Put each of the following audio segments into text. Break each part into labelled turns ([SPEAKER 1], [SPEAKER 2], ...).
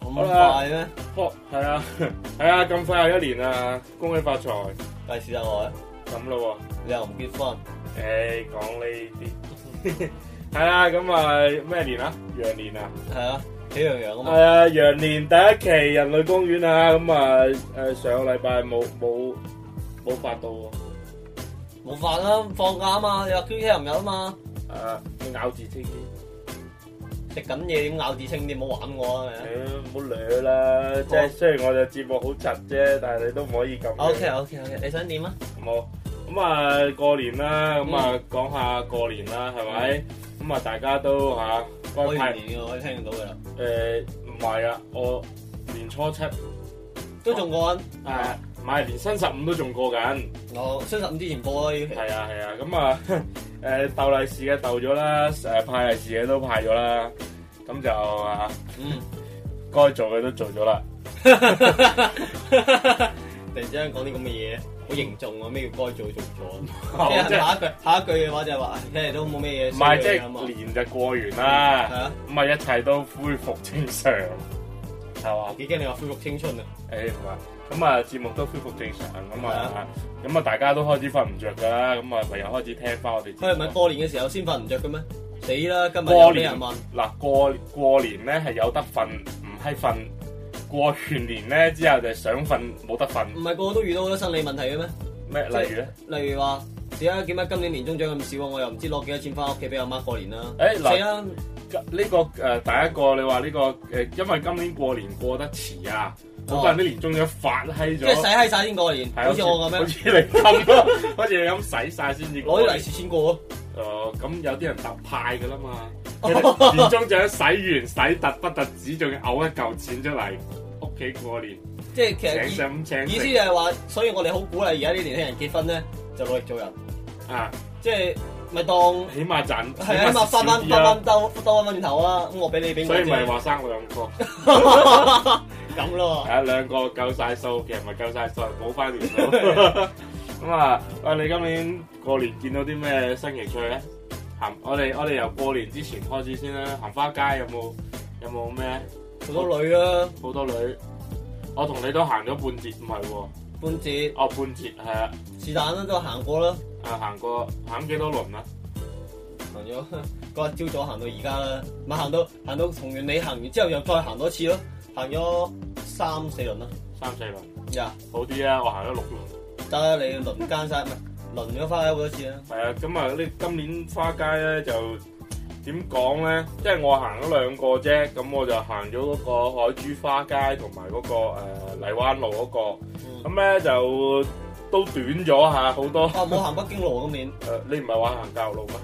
[SPEAKER 1] 咁
[SPEAKER 2] 好啦
[SPEAKER 1] 快咩？
[SPEAKER 2] 哦，係 啊，係啊，咁快又一年啊，恭喜發財
[SPEAKER 1] 介紹下我啊！
[SPEAKER 2] 咁咯
[SPEAKER 1] 你又唔結婚，
[SPEAKER 2] 喎。誒，講 呢啲係啊，咁啊咩年啊？羊年啊！
[SPEAKER 1] 係啊，喜洋洋啊
[SPEAKER 2] 係
[SPEAKER 1] 嘛，
[SPEAKER 2] 啊，羊年第一期人類公園啊，咁啊誒上個禮拜冇冇冇發到喎，
[SPEAKER 1] 冇飯啦，放假啊嘛，你話 QK 又唔有啊嘛，
[SPEAKER 2] 啊咬字清啲，
[SPEAKER 1] 食緊嘢點咬字清啲，唔好玩我啊係咪
[SPEAKER 2] 誒唔好掠啦，即係雖然我哋節目好窒啫，但係你都唔可以咁。
[SPEAKER 1] ？O K O K O K，你想點啊？
[SPEAKER 2] 冇咁啊過年啦，咁啊講下過年啦，係咪？咁啊大家都嚇
[SPEAKER 1] 我
[SPEAKER 2] 該派
[SPEAKER 1] 完
[SPEAKER 2] 哦
[SPEAKER 1] 年嘅，我聽到嘅啦，
[SPEAKER 2] 誒唔係啊，我年初七誒
[SPEAKER 1] 都仲過緊。
[SPEAKER 2] 唔係連新十五都 仲過緊。
[SPEAKER 1] 我雙十五之前報啦，呢期
[SPEAKER 2] 係啊係啊， 咁啊誒鬥利是嘅鬥咗啦，誒派利是嘅都派咗啦，咁就啊
[SPEAKER 1] 嗯，
[SPEAKER 2] 該做嘅都做咗啦。
[SPEAKER 1] 突然之間講啲咁嘅嘢，好凝重啊！咩叫該做做咗？ 即係
[SPEAKER 2] 哦即係
[SPEAKER 1] 下一句，下一句嘅話就係話，唉其實都冇咩嘢
[SPEAKER 2] 唔
[SPEAKER 1] 需要
[SPEAKER 2] 係即
[SPEAKER 1] 嘅啊嘛。
[SPEAKER 2] 係年就過完
[SPEAKER 1] 係
[SPEAKER 2] 啦，
[SPEAKER 1] 啊，
[SPEAKER 2] 咁啊一切都恢復正常，係嘛？
[SPEAKER 1] 幾驚你話恢復青春啊！
[SPEAKER 2] 誒唔係。咁啊，節目都恢復正常咁
[SPEAKER 1] 係
[SPEAKER 2] 啊
[SPEAKER 1] 啊，
[SPEAKER 2] 咁啊，大家都開始瞓唔着㗎啦，咁啊，唯有開始聽翻我
[SPEAKER 1] 佢
[SPEAKER 2] 哋
[SPEAKER 1] 唔
[SPEAKER 2] 節
[SPEAKER 1] 係
[SPEAKER 2] 目。
[SPEAKER 1] 過年嘅時候先瞓唔着嘅咩？死啦！今日
[SPEAKER 2] 過
[SPEAKER 1] 有俾
[SPEAKER 2] 年
[SPEAKER 1] 人問，
[SPEAKER 2] 嗱，過過年咧係有得瞓，唔閪瞓；過完年咧之後就想瞓冇得瞓，
[SPEAKER 1] 唔係個個都遇到好多生理問題嘅咩？
[SPEAKER 2] 咩
[SPEAKER 1] 即係
[SPEAKER 2] 例如咧？
[SPEAKER 1] 例如話，點解點解今年年終獎咁少啊？我又唔知攞幾多錢翻屋企俾阿媽過年啦。
[SPEAKER 2] 誒嗱
[SPEAKER 1] 死啦！
[SPEAKER 2] 呢、個誒、呃第一個你話呢、個誒、呃因為今年過年過得遲啊，好多人啲年終獎發閪
[SPEAKER 1] 即係洗
[SPEAKER 2] 咗，
[SPEAKER 1] 閪晒先過年，
[SPEAKER 2] 係
[SPEAKER 1] 好似我咁
[SPEAKER 2] 啊好
[SPEAKER 1] 樣
[SPEAKER 2] 似你咁咯，好似你咁洗晒先至過
[SPEAKER 1] 攞啲利
[SPEAKER 2] 年。
[SPEAKER 1] 是先過咯。
[SPEAKER 2] 誒呃咁有啲人特派㗎啦嘛，
[SPEAKER 1] 哦
[SPEAKER 2] 佢哋年終獎洗完洗突不特止，仲要嘔一嚿錢出嚟，屋企過年
[SPEAKER 1] 即 係其實
[SPEAKER 2] 請
[SPEAKER 1] 以
[SPEAKER 2] 食咁請
[SPEAKER 1] 意思
[SPEAKER 2] 食
[SPEAKER 1] 就係話，所以我哋好鼓勵而家啲年輕人結婚咧，就努力做人，
[SPEAKER 2] 啊，
[SPEAKER 1] 即係咪當
[SPEAKER 2] 起碼賺
[SPEAKER 1] 係啊嘛，翻翻翻翻兜兜翻翻轉頭啊！咁我俾你俾我
[SPEAKER 2] 所以咪
[SPEAKER 1] 啫，
[SPEAKER 2] 話生 兩個，
[SPEAKER 1] 咁咯。
[SPEAKER 2] 啊兩個夠晒數，其實咪夠晒數，冇翻條 數。咁啊，喂，你今年過年見到啲咩新奇趣咧？行，我哋我哋由過年之前開始先啦。行花街有冇有冇咩
[SPEAKER 1] 好多女啊，
[SPEAKER 2] 好多女？我同你都行咗半截，唔係喎，
[SPEAKER 1] 半截
[SPEAKER 2] 哦半截係啊，
[SPEAKER 1] 是但啦，都行過啦，
[SPEAKER 2] 啊行過行幾多輪啊？
[SPEAKER 1] 行咗 嗰日朝早行到而家啦，咪行到行到同完你行完之後又再行多次咯，行咗三四輪啦。
[SPEAKER 2] 三四輪，
[SPEAKER 1] 呀，
[SPEAKER 2] 好啲啊！我行咗六輪。
[SPEAKER 1] 得啦，你輪奸晒咪輪咗翻去好多次啦。
[SPEAKER 2] 係啊，咁啊，呢今年花街咧就點講咧？即係我行咗兩個啫，咁我就行咗嗰個海珠花街同埋嗰個呃荔灣路嗰個。
[SPEAKER 1] 嗯
[SPEAKER 2] 咁咧就都短咗下好多。誒、
[SPEAKER 1] 啊，冇行北京路啊今年，
[SPEAKER 2] 你唔係話行教育路咩？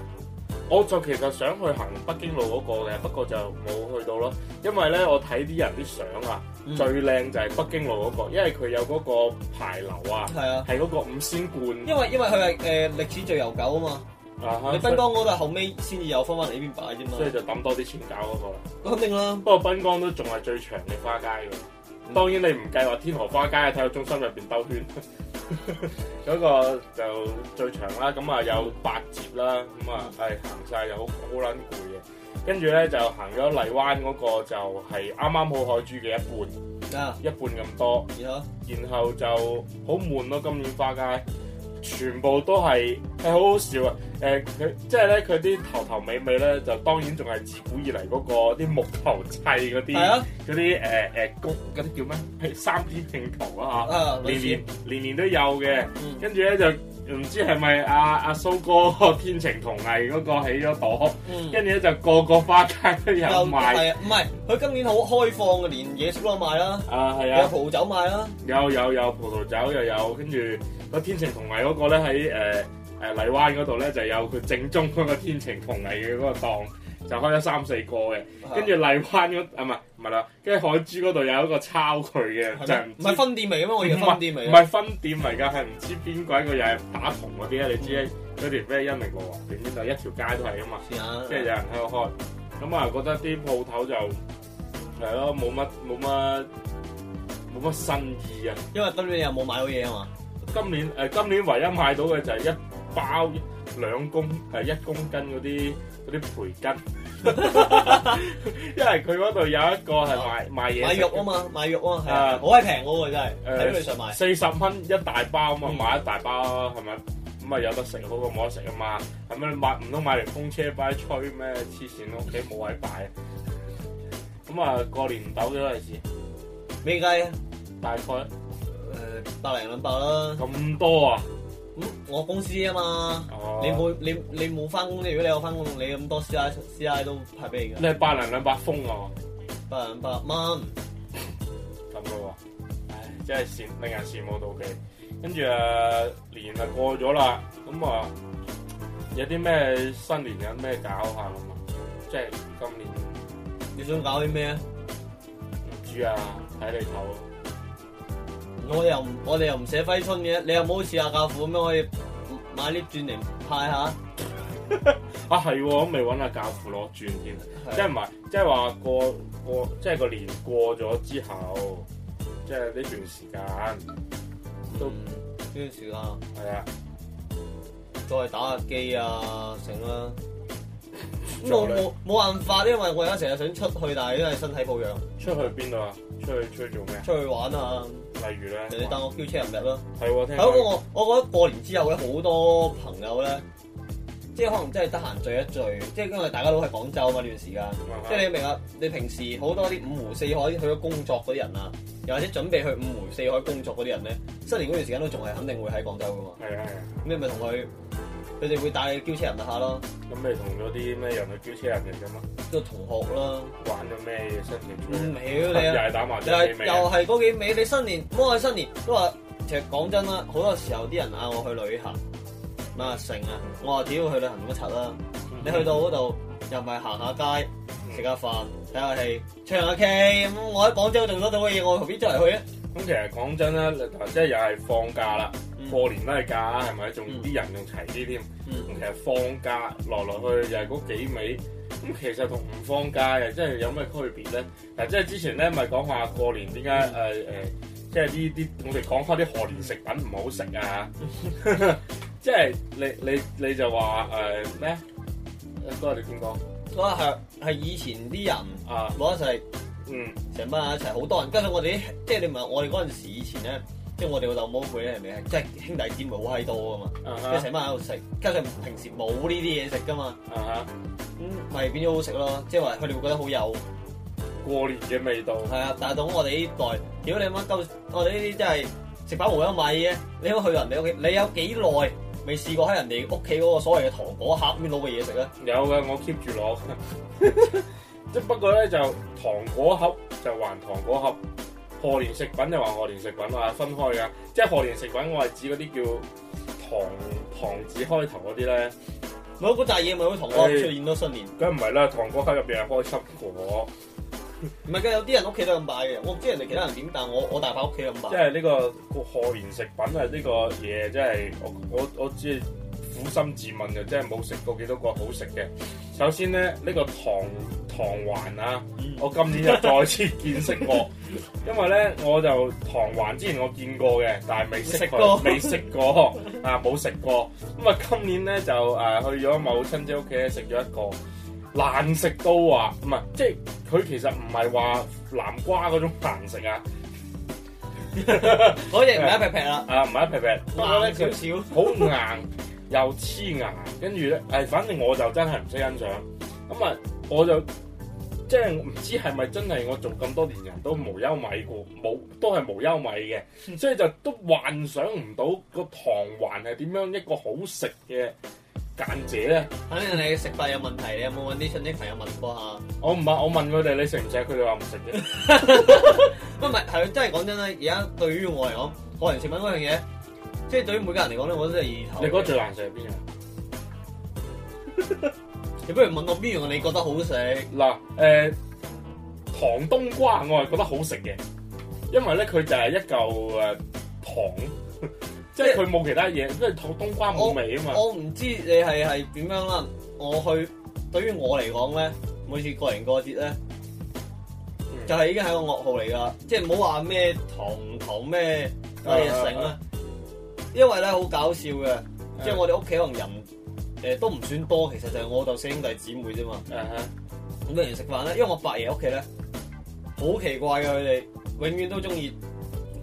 [SPEAKER 2] 我就其實想去行北京路嗰個嘅，不過就冇去到咯。因為咧，我睇啲人啲相啊，
[SPEAKER 1] 嗯
[SPEAKER 2] 最靚就係北京路嗰、個，因為佢有嗰個牌樓啊，
[SPEAKER 1] 係啊。
[SPEAKER 2] 係嗰個五仙冠
[SPEAKER 1] 因為因為佢係誒歷史最悠久啊嘛，
[SPEAKER 2] 啊哈
[SPEAKER 1] 你濱江嗰度後尾先至有翻翻嚟呢邊擺啫
[SPEAKER 2] 所以
[SPEAKER 1] 嘛，
[SPEAKER 2] 就抌多啲錢搞嗰、個啦。
[SPEAKER 1] 肯定啦。
[SPEAKER 2] 不過濱江都仲係最長嘅花街
[SPEAKER 1] 嗯
[SPEAKER 2] 嘅，當然你唔計話天河花街喺體育中心入邊兜圈， 嗰個就最長啦。咁啊
[SPEAKER 1] 嗯
[SPEAKER 2] 有八折啦，咁啊係行晒就好好撚攰嘅。跟住咧就行咗荔灣嗰個就係啱啱好海珠嘅一半，
[SPEAKER 1] 啊，
[SPEAKER 2] 一半咁多，
[SPEAKER 1] 然後
[SPEAKER 2] 然後就好悶咯。今年花街全部都係係好好笑啊！誒、佢即係咧佢啲頭頭尾尾咧就當然仲係自古以嚟嗰、個啲木頭砌嗰啲。
[SPEAKER 1] 係啊，
[SPEAKER 2] 嗰啲誒誒公嗰啲叫咩？係三 D 拼圖啊
[SPEAKER 1] 啊
[SPEAKER 2] 嚇，
[SPEAKER 1] 類
[SPEAKER 2] 年
[SPEAKER 1] 似
[SPEAKER 2] 年，年年都有嘅。
[SPEAKER 1] 嗯
[SPEAKER 2] 跟住咧就唔知係咪阿阿蘇哥 天晴同藝嗰個起咗檔，
[SPEAKER 1] 嗯，
[SPEAKER 2] 跟住咧就個個花街都有
[SPEAKER 1] 又
[SPEAKER 2] 賣。
[SPEAKER 1] 係啊，唔係佢今年好開放嘅，連嘢食都有賣啦，
[SPEAKER 2] 啊，係
[SPEAKER 1] 有
[SPEAKER 2] 啊，
[SPEAKER 1] 葡萄酒賣啦，
[SPEAKER 2] 有有有葡萄酒又有，跟住個天晴同藝嗰個咧喺誒誒荔灣嗰度咧就有佢正宗嗰個天晴同藝嘅嗰個檔，就開咗三四個嘅。
[SPEAKER 1] 啊
[SPEAKER 2] 跟住荔灣嗰啊唔係唔係啦，跟住海珠嗰度有一個抄佢嘅，就
[SPEAKER 1] 係咪
[SPEAKER 2] 係唔
[SPEAKER 1] 唔
[SPEAKER 2] 知
[SPEAKER 1] 係分店嚟嘅咩？我以為分店嚟啊
[SPEAKER 2] 唔
[SPEAKER 1] 嘅，
[SPEAKER 2] 係分店嚟㗎，係唔知邊鬼個又係打銅嗰啲啊！你知嗰條咩一零六啊，定邊度一條街都係啊嘛，
[SPEAKER 1] 是啊
[SPEAKER 2] 即係有，人喺度開，咁啊覺得啲鋪頭就係咯，冇乜冇乜冇乜新意啊！
[SPEAKER 1] 因為今年你又冇買到嘢啊嘛，
[SPEAKER 2] 今年誒、呃今年唯一買到嘅就係一包兩公誒、呃一公斤嗰啲嗰啲培根，因為佢嗰度有一個係賣賣
[SPEAKER 1] 買
[SPEAKER 2] 嘢食嘅
[SPEAKER 1] 肉啊嘛，買肉啊，係
[SPEAKER 2] 啊
[SPEAKER 1] 啊，好閪平嗰個真係，
[SPEAKER 2] 誒
[SPEAKER 1] 喺邊度上買？
[SPEAKER 2] 四十蚊一大包咁啊，
[SPEAKER 1] 嗯
[SPEAKER 2] 買一大包係咪？咁啊有得食好過冇得食啊嘛，係咪你買唔通買條風車擺吹咩？黐線，屋企冇位擺。咁啊過年抖咗利是，
[SPEAKER 1] 咩雞啊？
[SPEAKER 2] 大概
[SPEAKER 1] 誒百零兩百啦。
[SPEAKER 2] 咁多啊！
[SPEAKER 1] 咁我公司啊嘛，
[SPEAKER 2] 哦
[SPEAKER 1] 你冇你你冇翻工，你如果你有翻工，你咁多師奶師奶都派俾你㗎，
[SPEAKER 2] 你係百零兩百封啊！
[SPEAKER 1] 百零百蚊。
[SPEAKER 2] 咁嘅喎，唉，真係羨令人羨慕妒忌。跟住誒年啊過咗啦，咁啊有啲咩新年有咩搞下咁啊？即係今年
[SPEAKER 1] 你想搞啲咩啊？
[SPEAKER 2] 唔知啊，睇你頭。
[SPEAKER 1] 我又唔我哋又唔寫揮春嘅，你又冇好似阿教父咁樣可以買啲轉嚟派下？
[SPEAKER 2] 啊係喎，咁未揾阿教父攞轉添，即係唔係即係話過過即係個年過咗之後，即係呢段時間都
[SPEAKER 1] 嗯呢段時間
[SPEAKER 2] 係啊，
[SPEAKER 1] 再打下機啊，成 啦。咁
[SPEAKER 2] 做
[SPEAKER 1] 我
[SPEAKER 2] 女
[SPEAKER 1] 冇冇辦法，因為我而家成日想出去，但係因為身體抱恙，
[SPEAKER 2] 出去邊度啊？出去出去做咩啊？
[SPEAKER 1] 出去玩啊，
[SPEAKER 2] 例如咧，
[SPEAKER 1] 人哋搭我 Q 車入日咯。
[SPEAKER 2] 係喎，聽
[SPEAKER 1] 係咁
[SPEAKER 2] 講
[SPEAKER 1] 我我覺得過年之後咧，好多朋友咧，即係可能真係得閒聚一聚，即係因為大家都喺廣州嘛呢段時間，即係你明啊？你平時好多啲五湖四海去咗工作嗰啲人啊，又或者準備去五湖四海工作嗰啲人咧，新年嗰段時間都仲係肯定會喺廣州噶嘛，
[SPEAKER 2] 係啊係啊。
[SPEAKER 1] 咁你咪同佢佢哋會帶你嬌車人下咯，
[SPEAKER 2] 咁你同咗啲咩人去叫啊車人嚟噶嘛？
[SPEAKER 1] 都同學啦，
[SPEAKER 2] 玩咗咩嘢新年
[SPEAKER 1] 唔
[SPEAKER 2] 做？
[SPEAKER 1] 曉
[SPEAKER 2] 又
[SPEAKER 1] 你啊！
[SPEAKER 2] 係打麻
[SPEAKER 1] 又
[SPEAKER 2] 雀
[SPEAKER 1] 係
[SPEAKER 2] 尾
[SPEAKER 1] 又啊係嗰幾味，你新年唔好話新年都話，其實講真啦，好多時候啲人嗌我去旅行，啊成啊，我話屌去旅行乜柒啦，你去到嗰度又唔係行下街，食下飯，睇下戲，唱下 K，咁我喺廣州做得到嘅嘢，我何必周圍去啊？
[SPEAKER 2] 咁其實講真啦，你頭即係又係放假啦，
[SPEAKER 1] 嗯
[SPEAKER 2] 過年都係假啦，係咪？仲
[SPEAKER 1] 嗯
[SPEAKER 2] 啲人仲齊啲添。
[SPEAKER 1] 嗯
[SPEAKER 2] 咁其實放假來來去去又係嗰幾味。咁其實同唔放假又真係有咩區別咧？嗱，即係之前咧咪講話過年點解誒
[SPEAKER 1] 嗯
[SPEAKER 2] 誒，即係呢啲我哋講開啲賀年食品唔好食啊！
[SPEAKER 1] 嗯
[SPEAKER 2] 即係你你你就話誒咩？都係你點講
[SPEAKER 1] 我係係以前啲人
[SPEAKER 2] 啊？
[SPEAKER 1] 攞一齊，
[SPEAKER 2] 嗯。
[SPEAKER 1] 成班人一齊好多人，跟住我哋啲即係你唔係我哋嗰陣時以前咧，即係我哋老豆母輩咧係咪係啊即係兄弟姊妹好閪多噶嘛，
[SPEAKER 2] 啊
[SPEAKER 1] 跟住
[SPEAKER 2] 哈
[SPEAKER 1] 成班人喺度食，跟住平時冇呢啲嘢食噶嘛。
[SPEAKER 2] 啊哈！
[SPEAKER 1] 咁咪變咗好食咯，即係話佢哋會覺得好有，
[SPEAKER 2] 過年嘅味道，
[SPEAKER 1] 係啊！但係到我哋呢代，屌你媽鳩，我哋呢啲真係食飽無憂米嘅，你去人哋屋企，你有幾耐未試過喺人哋屋企嗰個所謂嘅糖果盒邊攞嘅嘢食啊咧？
[SPEAKER 2] 有嘅我 keep 住攞。 即不過咧就糖果盒就還糖果盒，賀年食品就還賀年食品，我係分開㗎。即係賀年食品，我係指嗰啲叫糖糖字開頭嗰啲咧，
[SPEAKER 1] 咪嗰扎嘢咪會糖果盒出現咯，新年
[SPEAKER 2] 梗唔係啦，糖果盒入邊係開心果，
[SPEAKER 1] 唔係嘅，有啲人屋企都咁擺嘅，我唔知人哋其他人點，但係我我大把屋企咁
[SPEAKER 2] 即
[SPEAKER 1] 擺。
[SPEAKER 2] 係呢個賀年食品係呢個嘢，即係我我我只係苦心自問就真係冇食過幾多個好食嘅。首先咧，呢、個糖糖環啊。我今年又再次見識 過，因為咧我就糖環之前我見過嘅，但係未識
[SPEAKER 1] 食過
[SPEAKER 2] 佢，未食過 啊冇食過。咁啊今年咧就誒、啊去咗某親戚屋企食咗一個，難食到話唔係，即係佢其實唔係話南瓜嗰種難食啊，
[SPEAKER 1] 嗰隻唔係一劈劈啦，
[SPEAKER 2] 啊唔係一劈劈，不過咧
[SPEAKER 1] 硬
[SPEAKER 2] 佢
[SPEAKER 1] 少少。
[SPEAKER 2] 好硬又黐硬，跟住咧，誒，反正我就真係唔識欣賞。咁啊，我就即係唔知係咪真係我做咁多年人都無憂米過，冇都係無憂米嘅，所以就都幻想唔到個糖環係點樣一個好食嘅間者咧。
[SPEAKER 1] 肯定你食法有問題，你有冇揾啲親戚朋友問過下？
[SPEAKER 2] 我唔係我問佢哋你食唔食，佢哋話唔食嘅。
[SPEAKER 1] 唔係係真係講真啦，而家對於我嚟講，個人食品嗰樣嘢，即係對於每個人嚟講咧，我都係二頭
[SPEAKER 2] 你
[SPEAKER 1] 嘅。
[SPEAKER 2] 覺得最難食係邊樣？
[SPEAKER 1] 你不如問我邊樣你覺得好食？
[SPEAKER 2] 嗱，誒、糖冬瓜我係覺得好食嘅，因為咧佢就係一嚿誒、糖， 即係佢冇其他嘢，因為糖冬瓜冇味啊嘛。
[SPEAKER 1] 我唔知你係係點樣啦。我去對於我嚟講咧，每次過年過節咧，
[SPEAKER 2] 嗯
[SPEAKER 1] 就係、已經係個噩耗嚟㗎，即係唔好話咩糖唔糖咩乜嘢
[SPEAKER 2] 啊
[SPEAKER 1] 成啦。因為咧好搞笑嘅，
[SPEAKER 2] 哦啊
[SPEAKER 1] 即係我哋屋企可能人誒、呃都唔算多，其實就係我老豆四兄弟姊妹啫嘛。
[SPEAKER 2] 誒
[SPEAKER 1] 咁不如食飯咧，因為我伯爺屋企咧好奇怪嘅，佢哋永遠都中意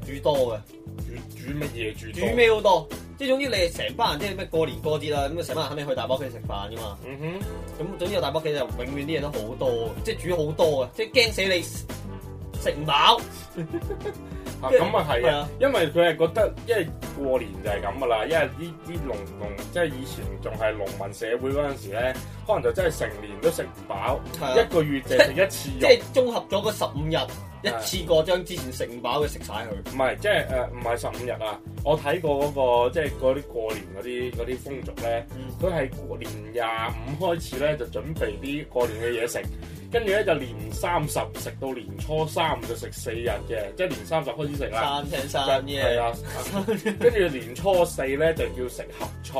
[SPEAKER 1] 煮多嘅，
[SPEAKER 2] 煮煮乜嘢煮多
[SPEAKER 1] 煮？咩好多。即係總之你哋成班人即係咩過年過節啊，咁成班人肯定去大伯屋企食飯噶嘛。
[SPEAKER 2] 嗯哼，
[SPEAKER 1] 咁總之有大伯屋企就永遠啲嘢都好多，即係煮好多嘅，即係驚死你食唔飽。
[SPEAKER 2] 啊
[SPEAKER 1] 即係
[SPEAKER 2] 咁啊係
[SPEAKER 1] 係
[SPEAKER 2] 啊
[SPEAKER 1] 啊，
[SPEAKER 2] 因為佢係覺得，因為過年就係咁噶啦，因為呢啲農農即係以前仲係農民社會嗰陣時咧，可能就真係成年都食唔飽，
[SPEAKER 1] 係啊，
[SPEAKER 2] 一個月就食一次
[SPEAKER 1] 即
[SPEAKER 2] 肉。
[SPEAKER 1] 係綜合咗嗰十五日，一次過將之前食唔飽嘅食晒佢。
[SPEAKER 2] 唔係，即係誒，唔係十五日啊！我睇過嗰、個即係嗰啲過年嗰啲嗰啲風俗咧，
[SPEAKER 1] 嗯，
[SPEAKER 2] 佢係過年廿五開始咧就準備啲過年嘅嘢食，跟住咧就年三十食到年初三就食四日嘅，即係年三十開始食啦，
[SPEAKER 1] 餐廳
[SPEAKER 2] 就
[SPEAKER 1] 生
[SPEAKER 2] 係啊
[SPEAKER 1] 嘢，
[SPEAKER 2] 啦，跟住年初四咧就要食合菜，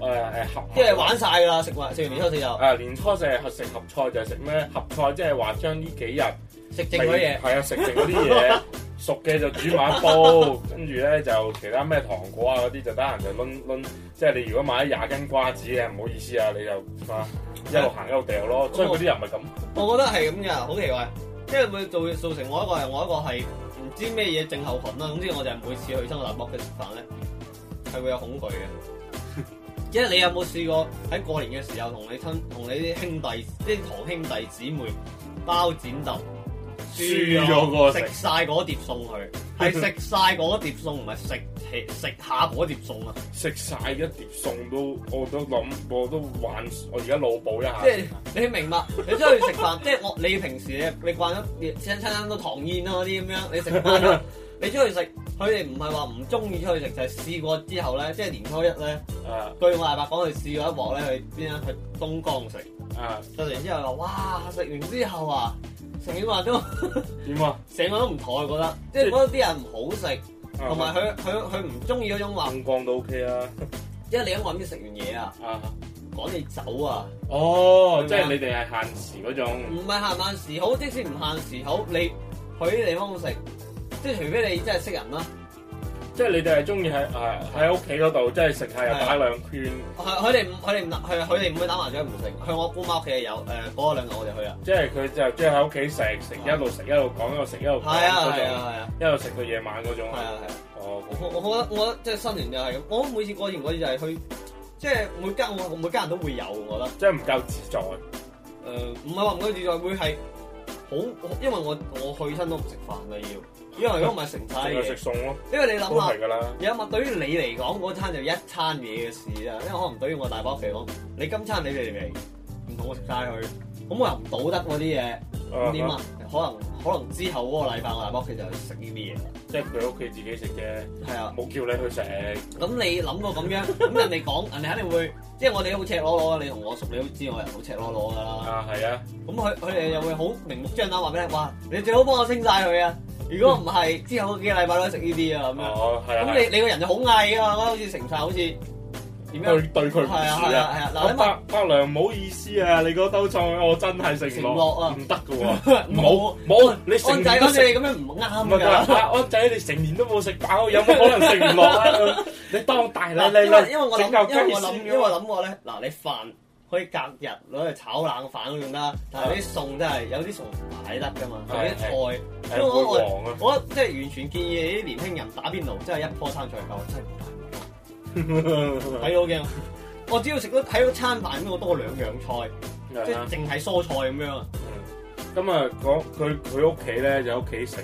[SPEAKER 2] 呃合誒誒、合，
[SPEAKER 1] 因為玩晒㗎啦，食埋食完年初四就
[SPEAKER 2] 誒啊年初四係食合菜就係食咩合菜，即係話將呢幾日。
[SPEAKER 1] 食剩嗰嘢。
[SPEAKER 2] 係啊，食剩嗰啲嘢，熟嘅就煮埋一煲，跟住咧就其他咩糖果啊嗰啲就得閒就攆攆，即係你如果買廿斤瓜子嘅，唔好意思啊，你就啊一路行一路掉
[SPEAKER 1] 哦
[SPEAKER 2] 咯，所以嗰啲人咪咁，
[SPEAKER 1] 我覺得係咁噶，好奇怪，因為會造造成我一個係我一個係唔知咩嘢症候群啦。總之我就係每次去親個大伯嘅食飯咧，係會有恐 懼嘅。因為你有冇試過喺過年嘅時候同你親同你啲兄弟、啲堂兄弟姊妹包剪揼，
[SPEAKER 2] 輸咗嗰個食
[SPEAKER 1] 食晒嗰碟餸佢，係食晒嗰碟餸，唔係食食下嗰碟餸啊！
[SPEAKER 2] 食晒一碟餸都我都諗我都幻，我而家腦補一下
[SPEAKER 1] 即，係你明白？你出去食飯，即係我你平時你你慣咗你餐餐餐都唐宴啊嗰啲咁樣，你食慣咗，你出去食，佢哋唔係話唔中意出去食，就係、試過之後咧，即係年初一咧，
[SPEAKER 2] 啊
[SPEAKER 1] 據我阿伯講，佢試過一鑊咧，去邊啊？去東江食，
[SPEAKER 2] 啊
[SPEAKER 1] 食完之後話：哇！食完之後啊，成碗飯都
[SPEAKER 2] 點啊，
[SPEAKER 1] 成個都唔妥，覺得即係覺得啲人唔好食，同埋佢佢佢唔中意嗰種話，
[SPEAKER 2] 燈啊光都 OK 啊
[SPEAKER 1] 因為你喺外面食完嘢啊，
[SPEAKER 2] 啊
[SPEAKER 1] 趕你走啊。
[SPEAKER 2] 哦，即係你哋係限時嗰種，
[SPEAKER 1] 唔係限晚時好，即使唔限時好，你去啲地方食，即係除非你真係識人啦，
[SPEAKER 2] 即係你哋係中意喺啊喺屋企嗰度，即係食下又打兩圈。
[SPEAKER 1] 佢佢哋唔佢哋唔佢佢哋唔會打麻雀唔食，去我姑媽屋企係有誒嗰兩日我就去啊啦，
[SPEAKER 2] 即係佢就即係喺屋企食食，一路食一路講，一路食一路講
[SPEAKER 1] 啊係啊
[SPEAKER 2] 嗰
[SPEAKER 1] 係
[SPEAKER 2] 種，
[SPEAKER 1] 啊係啊
[SPEAKER 2] 一路食到夜晚嗰種
[SPEAKER 1] 係。啊係啊，
[SPEAKER 2] 哦，
[SPEAKER 1] 我我我覺得我覺得即係新年就係咁，我每次過年嗰啲就係去，即係每家我每家人都會有，我覺得。
[SPEAKER 2] 即係唔夠自在。
[SPEAKER 1] 誒唔係話唔該自在，會係好，因為我我去親都唔食飯啦要，因為如果唔係成晒
[SPEAKER 2] 淨係食
[SPEAKER 1] 嘢，
[SPEAKER 2] 餸咯，
[SPEAKER 1] 因為你諗
[SPEAKER 2] 都
[SPEAKER 1] 下。
[SPEAKER 2] 係㗎啦。
[SPEAKER 1] 有物對於你嚟講嗰餐就一餐嘢嘅事啦，因為可能對於我大把屋企嚟講，你今餐你哋嚟唔同我食晒佢，咁我又唔倒得嗰啲嘢，咁點啊？可能可能之後嗰個禮拜我大把屋企就去食呢啲嘢啦，
[SPEAKER 2] 即係佢屋企自己食啫，
[SPEAKER 1] 係啊。
[SPEAKER 2] 冇叫你去食。
[SPEAKER 1] 咁你諗到咁樣，咁人哋講，人哋肯定會，即係我哋好赤裸裸，你同我熟，你都知我人好赤裸裸噶啦。
[SPEAKER 2] 啊，係啊，
[SPEAKER 1] 咁佢佢哋又會好明目張膽話俾你，哇！你最好幫我清晒佢啊！如果唔係，之後嗰幾個禮拜都食呢啲啊咁樣。
[SPEAKER 2] 哦，係啊，
[SPEAKER 1] 咁你你個人就好翳啊，好似成晒好似點樣？
[SPEAKER 2] 對對 佢唔
[SPEAKER 1] 係啊
[SPEAKER 2] 住
[SPEAKER 1] 係
[SPEAKER 2] 啊。
[SPEAKER 1] 啊係啊！嗱，
[SPEAKER 2] 阿
[SPEAKER 1] 你問
[SPEAKER 2] 伯伯娘唔好意思啊，你嗰兜菜我真係食
[SPEAKER 1] 食
[SPEAKER 2] 唔
[SPEAKER 1] 唔
[SPEAKER 2] 落，
[SPEAKER 1] 落啊，
[SPEAKER 2] 唔得㗎喎。
[SPEAKER 1] 冇
[SPEAKER 2] 冇冇，你成
[SPEAKER 1] 安仔
[SPEAKER 2] 年都
[SPEAKER 1] 好似
[SPEAKER 2] 食
[SPEAKER 1] 你咁樣唔啱
[SPEAKER 2] 唔係
[SPEAKER 1] 㗎。
[SPEAKER 2] 啊，安仔你成年都冇食飽，有冇可能食唔 落啊？你當大你你你
[SPEAKER 1] 因為因為我諗
[SPEAKER 2] 整
[SPEAKER 1] 因為
[SPEAKER 2] 嚿，
[SPEAKER 1] 我
[SPEAKER 2] 雞
[SPEAKER 1] 諗，
[SPEAKER 2] 先
[SPEAKER 1] 因為我諗過咧，嗱你飯可以隔日攞嚟炒冷飯都用得，但係啲餸真係有啲餸唔擺得㗎嘛，有啲菜。因為
[SPEAKER 2] 係
[SPEAKER 1] 我
[SPEAKER 2] 會
[SPEAKER 1] 我
[SPEAKER 2] 黃啊！
[SPEAKER 1] 我即係完全建議你啲年輕人打邊爐，真係一棵生菜夠，真係唔
[SPEAKER 2] 哎
[SPEAKER 1] 擺。睇到驚。我只要食到睇到餐飯咁，我多兩樣菜，即
[SPEAKER 2] 啊
[SPEAKER 1] 係淨係蔬菜咁樣啊。
[SPEAKER 2] 嗯咁啊，講佢佢屋企咧就喺屋企食，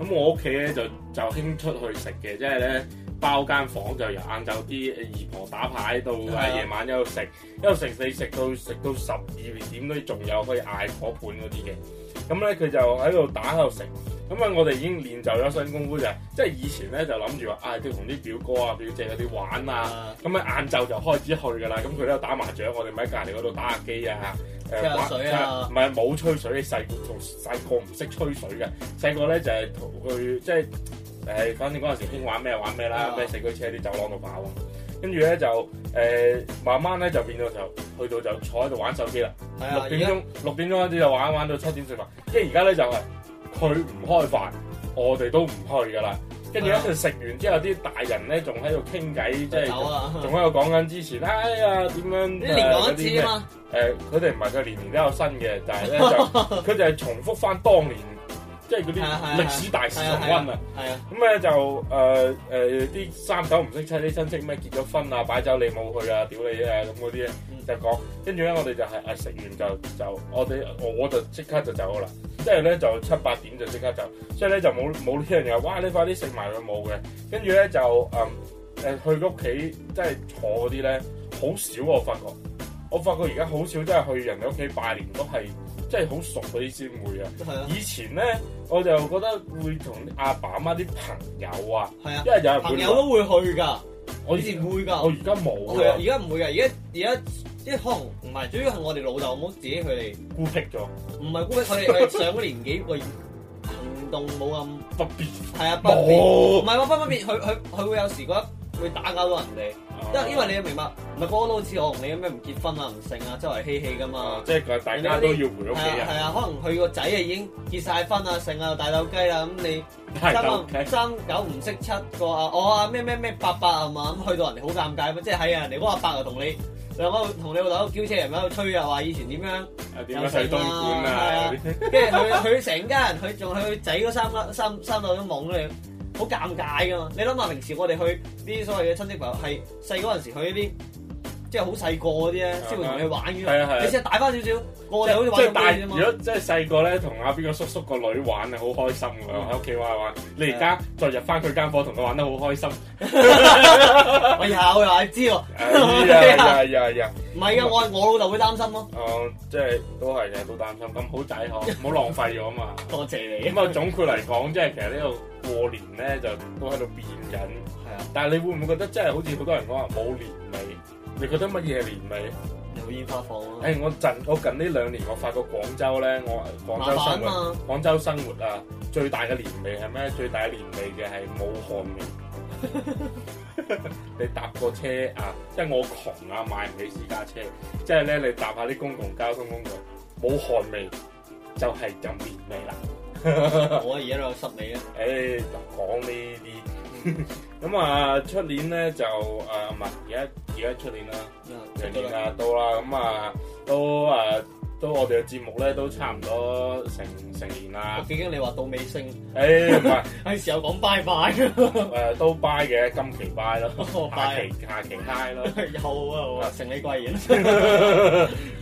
[SPEAKER 2] 咁我屋企咧就就興出去食嘅，即係咧包間房就由晏晝啲姨婆打牌到
[SPEAKER 1] 係啊
[SPEAKER 2] 誒夜晚一路食，一路食你食到食到十二點都仲有可以嗌嗰盤嗰啲嘅。咁咧佢就喺度打喺度食，咁啊我哋已經練就咗新功夫就係，即係以前咧就諗住話啊要同啲表哥啊表姐嗰啲玩啊。
[SPEAKER 1] 啊
[SPEAKER 2] 咁啊晏晝就開始去㗎啦，咁佢都有打麻雀，我哋咪喺隔離嗰度打下機啊，誒
[SPEAKER 1] 吹下水啊
[SPEAKER 2] 玩唔係冇吹水，細個同細個唔識吹水嘅，細個咧就係同佢即係誒，反正嗰陣時興玩咩玩咩啦
[SPEAKER 1] 啊，
[SPEAKER 2] 咩四驅車啲走廊度跑啊，跟住咧就誒、慢慢咧就變到就去到就坐喺度玩手機啦，
[SPEAKER 1] 係啊，
[SPEAKER 2] 六
[SPEAKER 1] 而
[SPEAKER 2] 點
[SPEAKER 1] 家
[SPEAKER 2] 鐘六點鐘開始就玩玩到七點食飯，跟住而家咧就係佢唔開飯，我哋都唔去㗎啦，跟住
[SPEAKER 1] 啊
[SPEAKER 2] 咧佢食完之後，啲大人咧仲喺度傾偈，即係
[SPEAKER 1] 走啊！
[SPEAKER 2] 仲喺度講緊之前，哎呀點樣呃
[SPEAKER 1] 你
[SPEAKER 2] 你
[SPEAKER 1] 連講一次啊嘛，
[SPEAKER 2] 誒，呃佢哋唔係佢年年都有新嘅，但係咧就 佢哋係重複翻當年，即係嗰
[SPEAKER 1] 係啊係啊
[SPEAKER 2] 啲歷史大事重温啊。
[SPEAKER 1] 係啊，
[SPEAKER 2] 咁咧就誒誒啲三九唔識七啲親戚咩結咗婚啊，擺酒你冇去啊，屌你啊咁嗰啲咧
[SPEAKER 1] 嗯
[SPEAKER 2] 就講，跟住咧我哋就係誒啊食完就就我哋我我就即刻就走啦，即係咧就七八點就即刻走，所以咧就冇冇呢樣嘢，哇你快啲食埋佢冇嘅，跟住咧就誒誒、去屋企即係坐嗰啲咧好少啊我發覺，我發覺而家好少真係去人哋屋企拜年都係即係好熟嗰啲先會啊。
[SPEAKER 1] 係啊，
[SPEAKER 2] 以前咧，我就覺得會同阿爸阿媽啲朋友啊，
[SPEAKER 1] 係啊，
[SPEAKER 2] 因為有人會
[SPEAKER 1] 朋
[SPEAKER 2] 話
[SPEAKER 1] 友都會去㗎，
[SPEAKER 2] 我
[SPEAKER 1] 以
[SPEAKER 2] 以
[SPEAKER 1] 前
[SPEAKER 2] 前
[SPEAKER 1] 會
[SPEAKER 2] 我
[SPEAKER 1] 㗎，
[SPEAKER 2] 而家冇
[SPEAKER 1] 係啊，
[SPEAKER 2] 啦
[SPEAKER 1] 而，家唔會㗎，而家而家即係可能唔係，主要係我哋老豆母自己佢哋，
[SPEAKER 2] 孤僻咗，
[SPEAKER 1] 唔係估計佢哋佢 哋上咗年紀，喂行動冇咁
[SPEAKER 2] 特別
[SPEAKER 1] 係啊，不便唔
[SPEAKER 2] 冇。
[SPEAKER 1] 係喎，不不便，佢佢佢會有時覺得會打攪到人哋。
[SPEAKER 2] 啊
[SPEAKER 1] 因因為你要明白，唔係個個都好似我同你咁樣唔結婚啊、唔成啊，周圍嬉戲噶嘛
[SPEAKER 2] 啊，。即係大家都要回屋企
[SPEAKER 1] 係啊
[SPEAKER 2] 人，
[SPEAKER 1] 係啊，可能佢個仔啊已經結晒婚啊、成啊、大鬥雞啦，咁你三
[SPEAKER 2] 係就
[SPEAKER 1] 啊
[SPEAKER 2] OK。
[SPEAKER 1] 三九唔識七個啊，我啊咩咩咩八八啊嘛，咁去到人哋好尷尬嘛，即係喺啊人哋嗰個阿伯又同你兩個同你老豆叫車人喺度吹啊，話以前點樣。
[SPEAKER 2] 啊點樣去東莞啊？
[SPEAKER 1] 跟住佢佢成家人，佢仲佢仔嗰三粒三三竇都懵你，好尷尬噶嘛！你諗下，平時我哋去啲所謂嘅親戚朋友，係細嗰陣時去嗰啲，即係好細個嗰啲咧，先會同你玩嘅。
[SPEAKER 2] 係啊
[SPEAKER 1] 你
[SPEAKER 2] 係啊。
[SPEAKER 1] 先大翻少少，我哋好似
[SPEAKER 2] 即
[SPEAKER 1] 玩
[SPEAKER 2] 係
[SPEAKER 1] 咁
[SPEAKER 2] 大，
[SPEAKER 1] 嘅啫
[SPEAKER 2] 如
[SPEAKER 1] 嘛。
[SPEAKER 2] 果即係細個咧，同阿邊個叔叔個女玩啊，好開心㗎
[SPEAKER 1] 嗯
[SPEAKER 2] 喺屋企玩玩。
[SPEAKER 1] 啊
[SPEAKER 2] 你而家再入翻佢間房，同佢玩得好 開心。
[SPEAKER 1] 我有又知喎，
[SPEAKER 2] 哎呀呀呀呀！
[SPEAKER 1] 唔係噶，啊我
[SPEAKER 2] 啊
[SPEAKER 1] 我老豆會擔心咯。
[SPEAKER 2] 誒，即係都係嘅，都擔心。咁好仔嗬，唔好浪費咗啊嘛。
[SPEAKER 1] 多謝你。
[SPEAKER 2] 咁啊，總括嚟講，即係其實呢個過年咧，就都喺度變緊。
[SPEAKER 1] 係啊，
[SPEAKER 2] 但係你會唔會覺得，即係好似好多人講話冇年味？你覺得乜嘢係年味？
[SPEAKER 1] 有煙花放
[SPEAKER 2] 誒、
[SPEAKER 1] 咯，
[SPEAKER 2] 我近我近呢兩年，我發覺廣州咧，我廣
[SPEAKER 1] 麻
[SPEAKER 2] 州
[SPEAKER 1] 煩
[SPEAKER 2] 生 活，
[SPEAKER 1] 嘛。
[SPEAKER 2] 廣州生活啊，最大嘅年味係咩？最大嘅年味嘅係武漢味。你搭個車啊，即係我窮啊，買唔起私家車，即係咧你搭下啲公共交通工具，武漢味就係有年味啦。
[SPEAKER 1] 我而家都有濕尾啊，
[SPEAKER 2] 誒哎就講呢 啲，咁啊出年咧就誒啊唔係而家而家出年啦，
[SPEAKER 1] 嗯
[SPEAKER 2] 明年啊到啦，咁啊都誒都我哋嘅節目咧都差唔多成成年
[SPEAKER 1] 我
[SPEAKER 2] 啦，
[SPEAKER 1] 記經你話到尾聲，
[SPEAKER 2] 誒唔係
[SPEAKER 1] 係時候講拜啊拜
[SPEAKER 2] 誒都 buy 嘅，今期 buy 咯，
[SPEAKER 1] 咯，
[SPEAKER 2] 下
[SPEAKER 1] 拜
[SPEAKER 2] 期下期 high 咯，
[SPEAKER 1] 又啊，我承你貴言。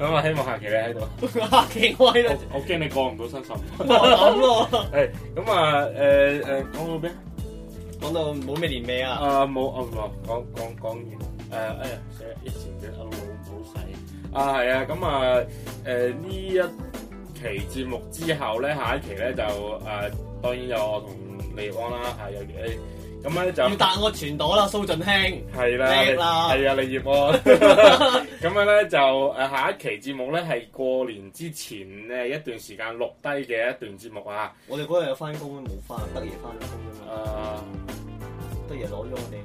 [SPEAKER 2] 咁啊希望下期你喺度，
[SPEAKER 1] 奇怪啦，
[SPEAKER 2] 我我驚你過唔到新手，
[SPEAKER 1] 我諗咯，
[SPEAKER 2] 誒咁啊誒誒講到邊？
[SPEAKER 1] 講到冇咩年味啊，
[SPEAKER 2] 啊冇啊唔講講講完誒哎呀死啦一前嘅阿老母使啊係啊咁啊誒呢一期節目之後咧下一期咧就誒、當然有我同李安啦係有誒咁啊咧就
[SPEAKER 1] 要答我全朵啦，蘇俊興，
[SPEAKER 2] 係
[SPEAKER 1] 叻
[SPEAKER 2] 啦。
[SPEAKER 1] 啦，
[SPEAKER 2] 係啊，李業安，咁樣咧就誒下一期節目咧係過年之前誒一段時間錄低嘅一段節目啊，
[SPEAKER 1] 我哋嗰日有翻工冇翻，德爺翻工啫
[SPEAKER 2] 誒、
[SPEAKER 1] 嘛，
[SPEAKER 2] 啊
[SPEAKER 1] 德爺攞咗我哋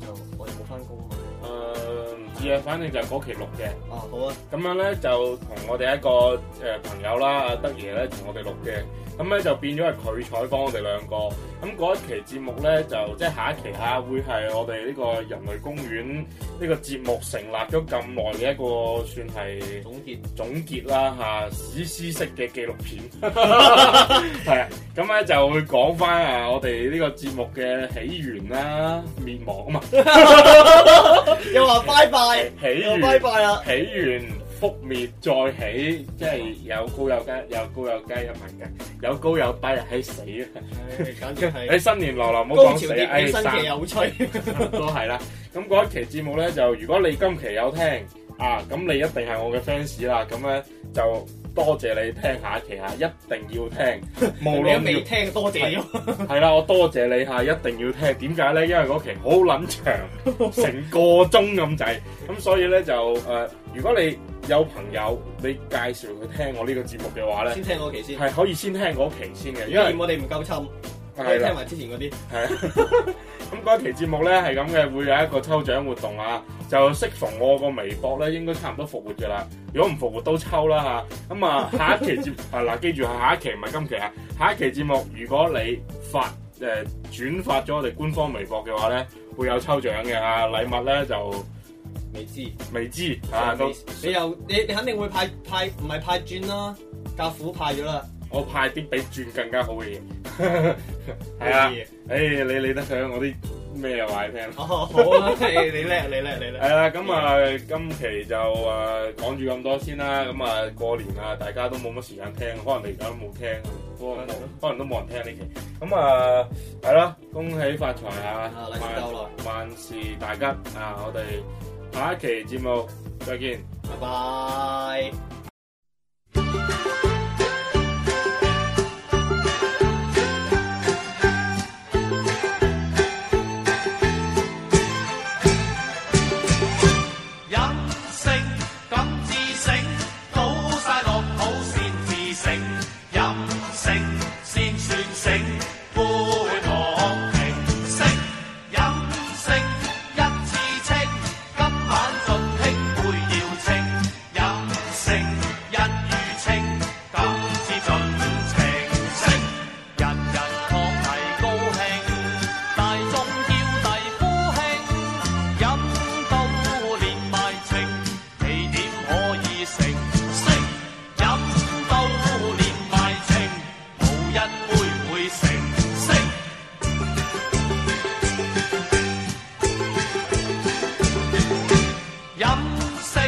[SPEAKER 1] 就我哋冇翻工啊嘛，
[SPEAKER 2] 誒唔知啊，反正就係嗰期錄嘅。
[SPEAKER 1] 啊好啊，
[SPEAKER 2] 咁樣咧就同我哋一個誒、呃朋友啦，阿德爺咧同我哋錄嘅，咁咧就變咗係佢採訪我哋兩個。咁嗰一期節目咧就即係下一期啊，會係我哋呢個人類公園呢個節目成立咗咁耐嘅一個算係
[SPEAKER 1] 總結
[SPEAKER 2] 總結啦嚇、史詩式嘅紀錄片。 係啊，咁咧就會講翻啊我哋呢個節目嘅起源啦、滅亡啊嘛，
[SPEAKER 1] 又話拜 拜，
[SPEAKER 2] 起
[SPEAKER 1] 又
[SPEAKER 2] 源。
[SPEAKER 1] 拜拜啊啦，
[SPEAKER 2] 起源覆滅再起，即係有高有低，有高有低一文嘅，有高有低啊！唉死啊！
[SPEAKER 1] 簡直係哎
[SPEAKER 2] 你新年流流冇
[SPEAKER 1] 高
[SPEAKER 2] 講
[SPEAKER 1] 潮
[SPEAKER 2] 死
[SPEAKER 1] 迭
[SPEAKER 2] 啊！唉
[SPEAKER 1] 起，新
[SPEAKER 2] 生
[SPEAKER 1] 嘅有趣，
[SPEAKER 2] 都係啦。咁嗰一期節目咧，就如果你今期有聽啊，咁你一定係我嘅 fans 啦。咁咧就多謝你聽下一期嚇，一定要 聽，無
[SPEAKER 1] 你都
[SPEAKER 2] 論
[SPEAKER 1] 未聽，多謝咗，
[SPEAKER 2] 係啦，我多謝你嚇，一定要聽。點解咧？因為嗰期好撚長，成個鐘咁滯。咁所以咧就誒、呃如果你有朋友你介紹佢聽我呢個節目嘅話咧，
[SPEAKER 1] 先聽嗰期先，
[SPEAKER 2] 係可以先聽嗰期先嘅，因
[SPEAKER 1] 因為
[SPEAKER 2] 為
[SPEAKER 1] 我哋唔夠侵，我
[SPEAKER 2] 係
[SPEAKER 1] 哋聽
[SPEAKER 2] 啦，
[SPEAKER 1] 埋之前嗰啲，
[SPEAKER 2] 係啊。 咁嗰期節目咧係咁嘅，會有一個抽獎活動啊，就適逢我個微博咧應該差唔多復活嘅啦。如果唔復活都抽啦嚇。咁啊，下一期節啊嗱，記住係下一期唔係今期啊，下一期節目如果你發誒轉發咗我哋官方微博嘅話咧，會有抽獎嘅啊！禮物咧就
[SPEAKER 1] 未知
[SPEAKER 2] 未知啊，到
[SPEAKER 1] 你又你你肯定會派派唔係派轉啦，教父派咗啦，
[SPEAKER 2] 我派啲比轉更加好嘅嘢，係啊！誒你理得佢我啲咩話你聽？
[SPEAKER 1] 哦好啊，你你叻你叻你叻，
[SPEAKER 2] 係啦，咁啊，今期就啊講住咁多先啦。咁啊，過年啊，大家都冇乜時間聽，可能你而家都冇聽，可能可能都冇人聽呢期。咁啊，係啦，恭喜發財啊
[SPEAKER 1] 啊！利是到來，
[SPEAKER 2] 萬事大吉啊！我哋下一期節目再見。
[SPEAKER 1] 拜拜。
[SPEAKER 3] 飲勝咁至醒，倒晒落肚先至醒。飲勝先算醒，杯莫停息。飲勝一次清，今晚盡興會要清。飲勝一語清，今次盡情清。日日確係高興，大眾叫弟呼興。飲到連埋情，你點可以成聖？飲到連埋情，冇一杯會成聖。飲勝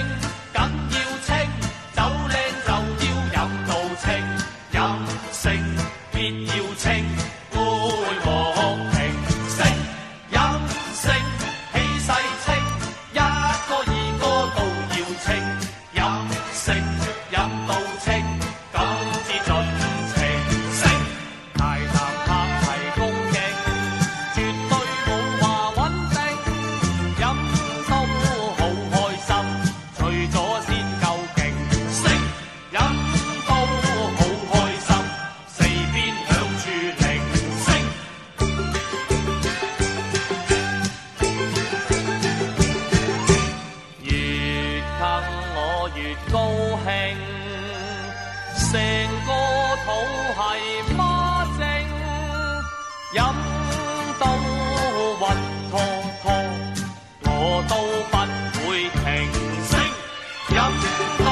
[SPEAKER 3] 緊要清，酒靚就要飲到清，飲勝必要清，杯莫停息。飲勝氣勢清，一個二個都要清，飲勝飲到清，咁至盡情性。大談拍係恭敬，絕對冇話穩定。飲到好開心，醉咗先夠勁。識飲到好開心，四邊響處鈴聲。越氹我越高興，成個肚係孖正，飲到暈陀陀，我都不會停息，飲到